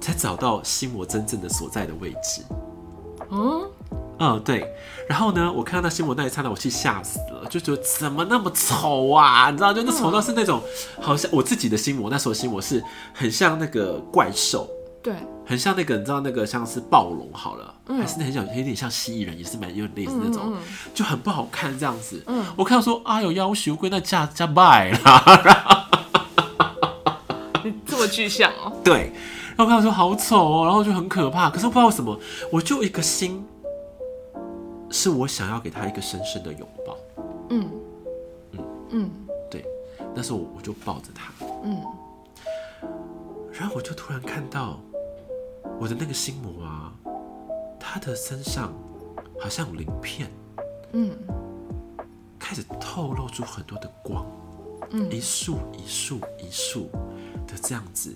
[SPEAKER 1] 才找到心魔真正的所在的位置。
[SPEAKER 2] 嗯，
[SPEAKER 1] 嗯，对。然后呢，我看到那新闻那一刹那，我去吓死了，就觉得怎么那么丑啊？你知道，就那丑到是那种，好像我自己的心魔，那时候心魔是很像那个怪兽，
[SPEAKER 2] 对，
[SPEAKER 1] 很像那个你知道那个像是暴龙好了，
[SPEAKER 2] 嗯
[SPEAKER 1] 还是很像有点像蜥蜴人，也是蛮有点类似
[SPEAKER 2] 嗯
[SPEAKER 1] 那种
[SPEAKER 2] 嗯，
[SPEAKER 1] 就很不好看这样子。
[SPEAKER 2] 嗯
[SPEAKER 1] 我看到说，哎呦，要求归那加加拜啦，
[SPEAKER 2] 你这么具象哦。
[SPEAKER 1] 对。然后我看到说好丑哦，然后就很可怕。可是我不知道为什么，我就一个心，是我想要给他一个深深的拥抱。
[SPEAKER 2] 嗯嗯
[SPEAKER 1] 对，那时候我我就抱着他，
[SPEAKER 2] 嗯
[SPEAKER 1] 然后我就突然看到我的那个心魔啊，他的身上好像有鳞片
[SPEAKER 2] 嗯
[SPEAKER 1] 开始透露出很多的光，
[SPEAKER 2] 嗯
[SPEAKER 1] 一束一束一束的这样子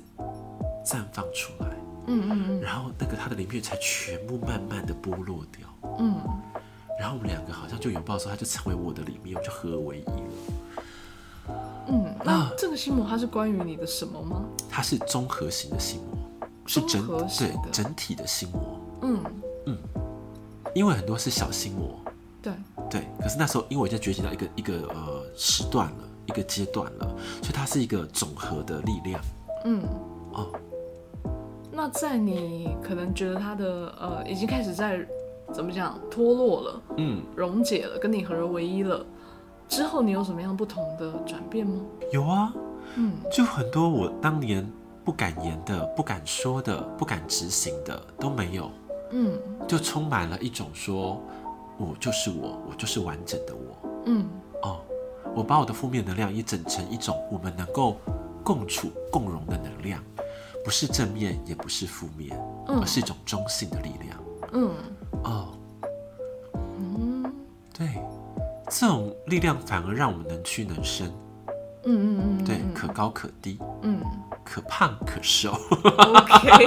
[SPEAKER 1] 绽放出来，
[SPEAKER 2] 嗯嗯
[SPEAKER 1] 然后那个他的鳞片才全部慢慢的剥落掉。
[SPEAKER 2] 嗯嗯，
[SPEAKER 1] 然后我们两个好像就拥抱的时候，他就成为我的里面，我们就合而为一了。
[SPEAKER 2] 嗯。那这个心魔它是关于你的什么吗？
[SPEAKER 1] 它是综合型的心魔，是整
[SPEAKER 2] 综合型
[SPEAKER 1] 对
[SPEAKER 2] 的
[SPEAKER 1] 整体的心魔。
[SPEAKER 2] 嗯，
[SPEAKER 1] 因为很多是小心魔，
[SPEAKER 2] 对，
[SPEAKER 1] 对。可是那时候，因为我已经觉醒到一个一个呃时段了，一个阶段了，所以它是一个总和的力量。
[SPEAKER 2] 嗯。
[SPEAKER 1] 哦，
[SPEAKER 2] 那在你可能觉得它的呃已经开始在怎么讲脱落了。
[SPEAKER 1] 嗯，
[SPEAKER 2] 溶解了，跟你合而为一了之后，你有什么样不同的转变吗？
[SPEAKER 1] 有啊，
[SPEAKER 2] 嗯
[SPEAKER 1] 就很多我当年不敢言的、不敢说的、不敢执行的都没有，
[SPEAKER 2] 嗯
[SPEAKER 1] 就充满了一种说，我就是我，我就是完整的我。
[SPEAKER 2] 嗯
[SPEAKER 1] 哦，我把我的负面能量也整成一种我们能够共处共荣的能量，不是正面，也不是负面，
[SPEAKER 2] 嗯
[SPEAKER 1] 而是一种中性的力量。
[SPEAKER 2] 嗯
[SPEAKER 1] 哦，
[SPEAKER 2] 嗯
[SPEAKER 1] 对，这种力量反而让我们能屈能伸，
[SPEAKER 2] 嗯嗯嗯，
[SPEAKER 1] 对，
[SPEAKER 2] 嗯
[SPEAKER 1] 可高可低，
[SPEAKER 2] 嗯
[SPEAKER 1] 可胖可瘦，
[SPEAKER 2] ，OK，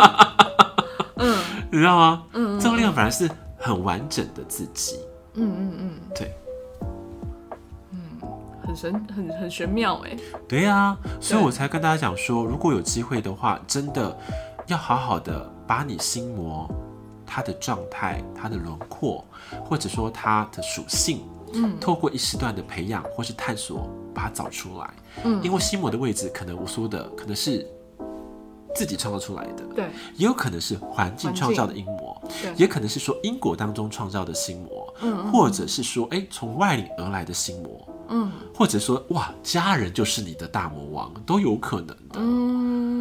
[SPEAKER 2] 嗯
[SPEAKER 1] 你知道吗？
[SPEAKER 2] 嗯
[SPEAKER 1] 这种力量反而是很完整的自己，
[SPEAKER 2] 嗯嗯
[SPEAKER 1] 对，
[SPEAKER 2] 嗯，很神，很很玄妙哎，
[SPEAKER 1] 对呀、所以
[SPEAKER 2] 对
[SPEAKER 1] 我才跟大家讲说，如果有机会的话，真的要好好的把你心魔它的状态、它的轮廓，或者说它的属性，
[SPEAKER 2] 嗯
[SPEAKER 1] 透过一时段的培养或是探索，把它找出来。
[SPEAKER 2] 嗯
[SPEAKER 1] 因为心魔的位置，可能我说的可能是自己创造出来的，
[SPEAKER 2] 对
[SPEAKER 1] 也有可能是环境
[SPEAKER 2] 环境
[SPEAKER 1] 创造的阴魔，
[SPEAKER 2] 对，
[SPEAKER 1] 也可能是说因果当中创造的心魔，
[SPEAKER 2] 嗯
[SPEAKER 1] 或者是说哎从外领而来的心魔，
[SPEAKER 2] 嗯
[SPEAKER 1] 或者说哇家人就是你的大魔王，都有可能的。
[SPEAKER 2] 嗯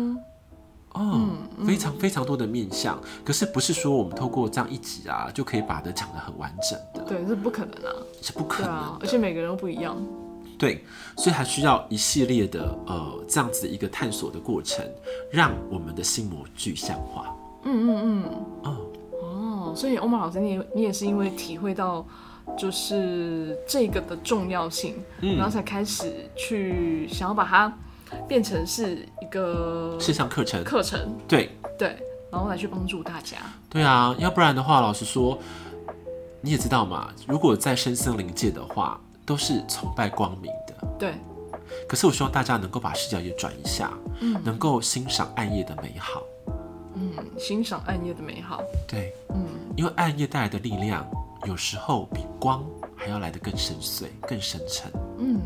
[SPEAKER 1] 哦，非常非常多的面相，可是不是说我们透过这样一集啊就可以把它讲得很完整的，
[SPEAKER 2] 对，这不可能啊，
[SPEAKER 1] 是不可
[SPEAKER 2] 对
[SPEAKER 1] 能
[SPEAKER 2] 啊
[SPEAKER 1] 的，。
[SPEAKER 2] 而且每个人都不一样，
[SPEAKER 1] 对，所以还需要一系列的呃这样子一个探索的过程，让我们的心魔具象化。
[SPEAKER 2] 嗯嗯嗯。
[SPEAKER 1] 哦，
[SPEAKER 2] 哦，所以欧玛老师，你也你也是因为体会到就是这个的重要性，然后才开始去想要把它变成是一个
[SPEAKER 1] 线上课程，
[SPEAKER 2] 课程，
[SPEAKER 1] 对
[SPEAKER 2] 对，然后来去帮助大家。
[SPEAKER 1] 对啊，要不然的话，老实说，你也知道嘛，如果在深森林界的话，都是崇拜光明的。
[SPEAKER 2] 对，
[SPEAKER 1] 可是我希望大家能够把视角也转一下，
[SPEAKER 2] 嗯
[SPEAKER 1] 能够欣赏暗夜的美好。
[SPEAKER 2] 嗯，欣赏暗夜的美好，
[SPEAKER 1] 对，
[SPEAKER 2] 嗯
[SPEAKER 1] 因为暗夜带来的力量，有时候比光还还要来得更深邃、更深沉。
[SPEAKER 2] 嗯，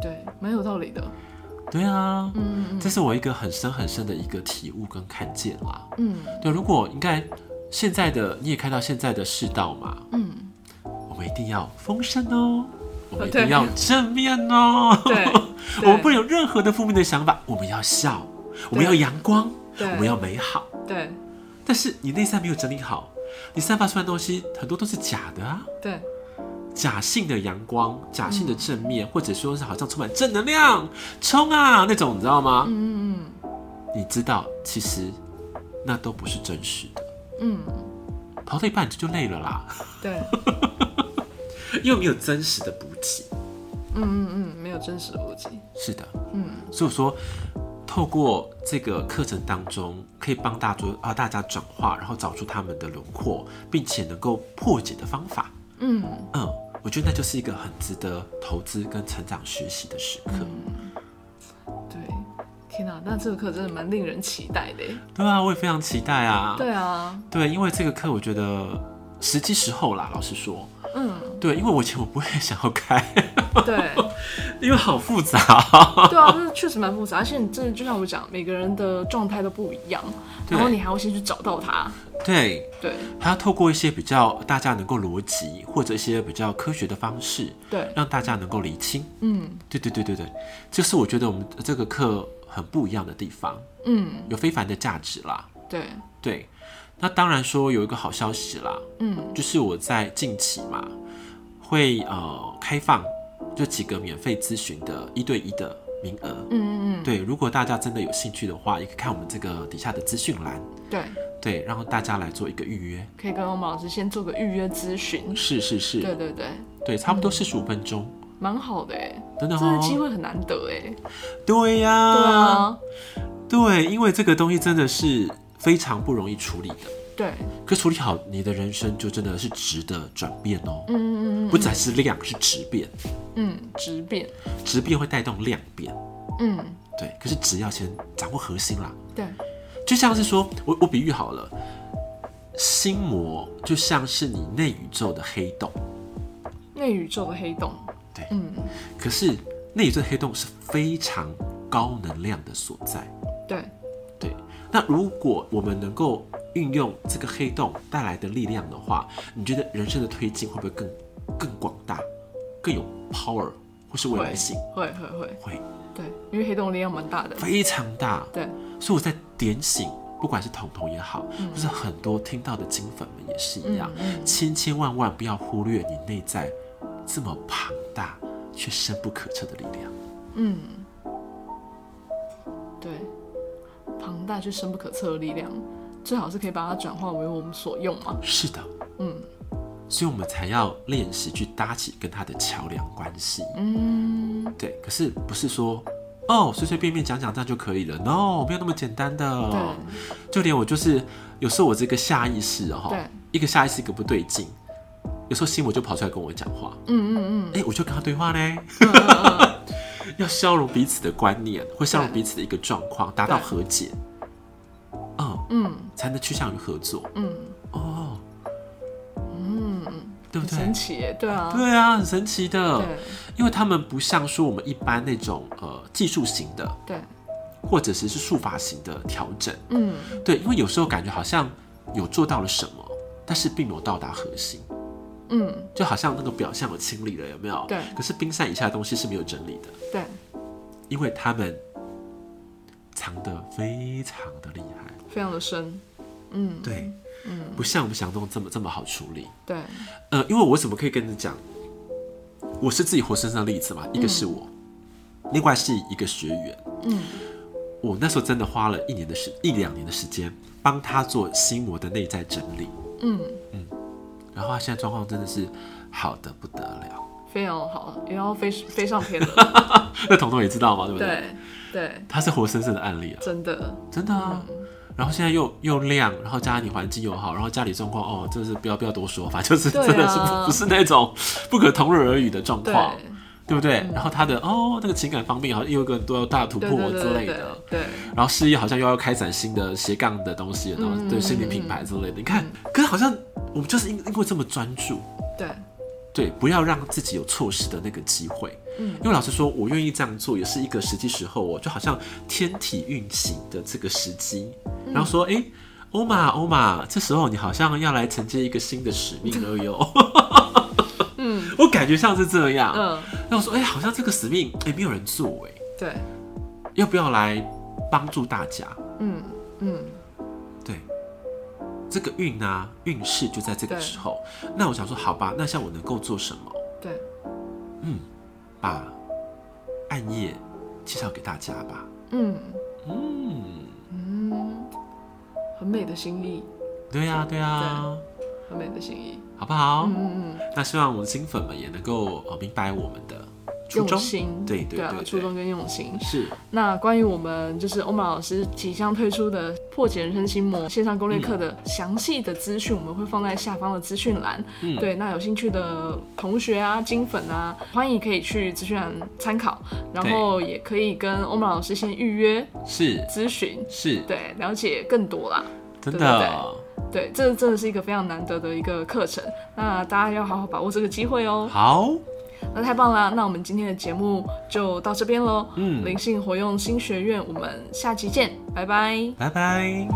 [SPEAKER 2] 对，蛮有道理的。
[SPEAKER 1] 对啊，
[SPEAKER 2] 嗯
[SPEAKER 1] 这是我一个很深很深的一个体悟跟看见啦。
[SPEAKER 2] 嗯
[SPEAKER 1] 对，如果应该现在的你也看到现在的世道嘛，
[SPEAKER 2] 嗯，
[SPEAKER 1] 我们一定要丰盛哦，我们一
[SPEAKER 2] 对
[SPEAKER 1] 定要正面哦，
[SPEAKER 2] 嗯对
[SPEAKER 1] 我们不能有任何的负面的想法，我们要笑，我们要阳光，
[SPEAKER 2] 对
[SPEAKER 1] 我们要美好。
[SPEAKER 2] 对
[SPEAKER 1] 但是你内在没有整理好，你散发出来的东西很多都是假的啊，
[SPEAKER 2] 对
[SPEAKER 1] 假性的阳光，假性的正面，或者说是好像充满正能量，冲啊那种，你知道吗？
[SPEAKER 2] 嗯嗯
[SPEAKER 1] 你知道，其实那都不是真实的。
[SPEAKER 2] 嗯嗯，
[SPEAKER 1] 跑到一半你就累了啦，
[SPEAKER 2] 对，
[SPEAKER 1] 因为没有真实的补给。
[SPEAKER 2] 嗯嗯嗯，没有真实的逻辑。
[SPEAKER 1] 是的，
[SPEAKER 2] 嗯
[SPEAKER 1] 所以我说，透过这个课程当中，可以帮大家啊大家转化，然后找出他们的轮廓，并且能够破解的方法。
[SPEAKER 2] 嗯
[SPEAKER 1] 嗯，我觉得那就是一个很值得投资跟成长学习的时刻。
[SPEAKER 2] 嗯，对。天哪、那这个课真的蛮令人期待的耶。
[SPEAKER 1] 对啊，我也非常期待啊。
[SPEAKER 2] 对啊，
[SPEAKER 1] 对，因为这个课我觉得时机时候啦，老实说，
[SPEAKER 2] 嗯，
[SPEAKER 1] 对，因为我以前我不会想要开，
[SPEAKER 2] 对。
[SPEAKER 1] 因为好复杂。
[SPEAKER 2] 对啊，这确实蛮复杂，而且你真的就像我讲，每个人的状态都不一样，
[SPEAKER 1] 对
[SPEAKER 2] 然后你还要先去找到他。
[SPEAKER 1] 对，
[SPEAKER 2] 对
[SPEAKER 1] 还要透过一些比较大家能够逻辑或者一些比较科学的方式，
[SPEAKER 2] 对，
[SPEAKER 1] 让大家能够理清。
[SPEAKER 2] 嗯
[SPEAKER 1] 对对对对对，这是我觉得我们这个课很不一样的地方，
[SPEAKER 2] 嗯，
[SPEAKER 1] 有非凡的价值啦。
[SPEAKER 2] 对，
[SPEAKER 1] 对，那当然说有一个好消息啦，
[SPEAKER 2] 嗯
[SPEAKER 1] 就是我在近期嘛，会呃开放就几个免费咨询的一对一的名额。
[SPEAKER 2] 嗯嗯嗯，
[SPEAKER 1] 对，如果大家真的有兴趣的话，也可以看我们这个底下的资讯栏，
[SPEAKER 2] 对，
[SPEAKER 1] 对，然后大家来做一个预约。
[SPEAKER 2] 可以跟欧盟老师先做个预约咨询。
[SPEAKER 1] 是是是，
[SPEAKER 2] 对对对，
[SPEAKER 1] 对差不多四十五分钟，
[SPEAKER 2] 蛮好的哎，
[SPEAKER 1] 真的
[SPEAKER 2] 这个机
[SPEAKER 1] 哦。
[SPEAKER 2] 会很难得哎。
[SPEAKER 1] 对呀、
[SPEAKER 2] 对啊，
[SPEAKER 1] 对，因为这个东西真的是非常不容易处理的。
[SPEAKER 2] 对，
[SPEAKER 1] 可处理好，你的人生就真的是值得转变哦，
[SPEAKER 2] 嗯嗯嗯
[SPEAKER 1] 不只是量，是质变，
[SPEAKER 2] 嗯，直变，
[SPEAKER 1] 质变会带动量变，
[SPEAKER 2] 嗯，
[SPEAKER 1] 对。可是质要先掌握核心啦，
[SPEAKER 2] 对，
[SPEAKER 1] 就像是说我我比喻好了，心魔就像是你内宇宙的黑洞，
[SPEAKER 2] 内宇宙的黑洞。
[SPEAKER 1] 对
[SPEAKER 2] 嗯，
[SPEAKER 1] 可是内宇宙的黑洞是非常高能量的所在，
[SPEAKER 2] 对，
[SPEAKER 1] 对，那如果我们能够运用这个黑洞带来的力量的话，你觉得人生的推进会不会更更广大、更有 power 或是未来性？
[SPEAKER 2] 会会会，
[SPEAKER 1] 会
[SPEAKER 2] 对，因为黑洞力量蛮大的。
[SPEAKER 1] 非常大。
[SPEAKER 2] 对，
[SPEAKER 1] 所以我在点醒，不管是彤彤也好，或是很多听到的金粉们也是一样，
[SPEAKER 2] 嗯嗯
[SPEAKER 1] 千千万万不要忽略你内在这么庞大却深不可测的力量。
[SPEAKER 2] 嗯，对，庞大却深不可测的力量，最好是可以把它转化为我们所用嘛。
[SPEAKER 1] 是的，
[SPEAKER 2] 嗯
[SPEAKER 1] 所以我们才要练习去搭起跟它的桥梁关系。
[SPEAKER 2] 嗯，
[SPEAKER 1] 对，可是不是说哦随随便便讲讲这样就可以了？No，没有那么简单
[SPEAKER 2] 对
[SPEAKER 1] 的。就连我就是有时候我这个下意识哦哈
[SPEAKER 2] 对，
[SPEAKER 1] 一个下意识一个不对劲，有时候心魔就跑出来跟我讲话，
[SPEAKER 2] 嗯嗯嗯
[SPEAKER 1] 哎、我就跟他对话呢。
[SPEAKER 2] 嗯嗯，
[SPEAKER 1] 要消融彼此的观念，或消融
[SPEAKER 2] 对
[SPEAKER 1] 彼此的一个状况，达到
[SPEAKER 2] 对
[SPEAKER 1] 和解，嗯，
[SPEAKER 2] 嗯
[SPEAKER 1] 才能趋向于合作。
[SPEAKER 2] 嗯
[SPEAKER 1] 哦，
[SPEAKER 2] 嗯，
[SPEAKER 1] 对不对？
[SPEAKER 2] 很神奇耶，对啊，
[SPEAKER 1] 对啊，很神奇的，
[SPEAKER 2] 对
[SPEAKER 1] 因为他们不像说我们一般那种呃技术型的，
[SPEAKER 2] 对，
[SPEAKER 1] 或者是是术法型的调整。
[SPEAKER 2] 嗯
[SPEAKER 1] 对，因为有时候感觉好像有做到了什么，但是并没有到达核心，
[SPEAKER 2] 嗯
[SPEAKER 1] 就好像那个表象我清理了，有没有？
[SPEAKER 2] 对
[SPEAKER 1] 可是冰山以下的东西是没有整理的，
[SPEAKER 2] 对，
[SPEAKER 1] 因为他们藏得非常的厉害。
[SPEAKER 2] 非常的深，嗯
[SPEAKER 1] 对，不像我们想象中这么这么好处理。
[SPEAKER 2] 对
[SPEAKER 1] 呃，因为我怎么可以跟你讲？我是自己活生生的例子嘛，一个是我，另外是一个学员。
[SPEAKER 2] 嗯，
[SPEAKER 1] 我那时候真的花了一年的时一两年的时间帮他做心魔的内在整理，
[SPEAKER 2] 嗯
[SPEAKER 1] 然后他现在状况真的是好的不得了。
[SPEAKER 2] 非常好，也要飞飞上天了，
[SPEAKER 1] 那彤彤也知道 嘛，对不对？
[SPEAKER 2] 对对，
[SPEAKER 1] 他是活生生的案例啊，
[SPEAKER 2] 真的，
[SPEAKER 1] 真的啊。
[SPEAKER 2] 嗯
[SPEAKER 1] 然后现在又又亮，然后家庭环境又好，然后家里状况哦，真的是不要不要多说，反正就是
[SPEAKER 2] 对啊
[SPEAKER 1] 真的是不、不是那种不可同日而语的状
[SPEAKER 2] 对嗯
[SPEAKER 1] 况，对不对？然后他的哦那个情感方面好像又有个多大突
[SPEAKER 2] 对
[SPEAKER 1] 破
[SPEAKER 2] 对
[SPEAKER 1] 之
[SPEAKER 2] 对
[SPEAKER 1] 类
[SPEAKER 2] 对
[SPEAKER 1] 的，
[SPEAKER 2] 对，
[SPEAKER 1] 然后事业好像又要开展新的斜杠的东西，然后
[SPEAKER 2] 嗯
[SPEAKER 1] 对
[SPEAKER 2] 嗯
[SPEAKER 1] 心理
[SPEAKER 2] 嗯
[SPEAKER 1] 品牌之类的。你看，可是好像我们就是因因为这么专注，
[SPEAKER 2] 对
[SPEAKER 1] 对，不要让自己有错失的那个机会。
[SPEAKER 2] 嗯
[SPEAKER 1] 因为老实说，我愿意这样做也是一个时机时候哦，就好像天体运行的这个时机，
[SPEAKER 2] 嗯
[SPEAKER 1] 然后说，哎、欧玛欧玛，这时候你好像要来承接一个新的使命了哟。
[SPEAKER 2] 嗯
[SPEAKER 1] 我感觉像是这样。
[SPEAKER 2] 嗯，
[SPEAKER 1] 那我说，哎、好像这个使命，哎、没有人做、哎，
[SPEAKER 2] 对，
[SPEAKER 1] 要不要来帮助大家？
[SPEAKER 2] 嗯嗯
[SPEAKER 1] 对，这个运啊，运势就在这个
[SPEAKER 2] 对
[SPEAKER 1] 时候。那我想说，好吧，那像我能够做什么？
[SPEAKER 2] 对，
[SPEAKER 1] 把暗夜介绍给大家吧。
[SPEAKER 2] 嗯
[SPEAKER 1] 嗯，
[SPEAKER 2] 嗯，很美的心意，
[SPEAKER 1] 对呀、对呀、
[SPEAKER 2] 很美的心意。
[SPEAKER 1] 好不好？
[SPEAKER 2] 嗯嗯嗯，
[SPEAKER 1] 那希望我们新粉们也能够呃明白我们的初
[SPEAKER 2] 用
[SPEAKER 1] 衷，
[SPEAKER 2] 心，
[SPEAKER 1] 对对
[SPEAKER 2] 对啊
[SPEAKER 1] 对，
[SPEAKER 2] 初
[SPEAKER 1] 对
[SPEAKER 2] 衷跟用心。
[SPEAKER 1] 是
[SPEAKER 2] 那关于我们就是欧玛老师即将推出的破解人生心魔线上攻略课的详细的资讯，我们会放在下方的资讯栏。
[SPEAKER 1] 嗯
[SPEAKER 2] 对，那有兴趣的同学啊、金粉啊，欢迎可以去资讯栏参考，然后也可以跟欧玛老师先预约
[SPEAKER 1] 是
[SPEAKER 2] 咨询，
[SPEAKER 1] 是，
[SPEAKER 2] 对，了解更多啦。
[SPEAKER 1] 真
[SPEAKER 2] 对
[SPEAKER 1] 的。
[SPEAKER 2] 对，这真的是一个非常难得的一个课程，那大家要好好把握这个机会哦。
[SPEAKER 1] 好，
[SPEAKER 2] 那太棒啦！那我们今天的节目就到这边喽。
[SPEAKER 1] 嗯
[SPEAKER 2] 灵性活用新学院，我们下期见，拜拜。
[SPEAKER 1] 拜拜。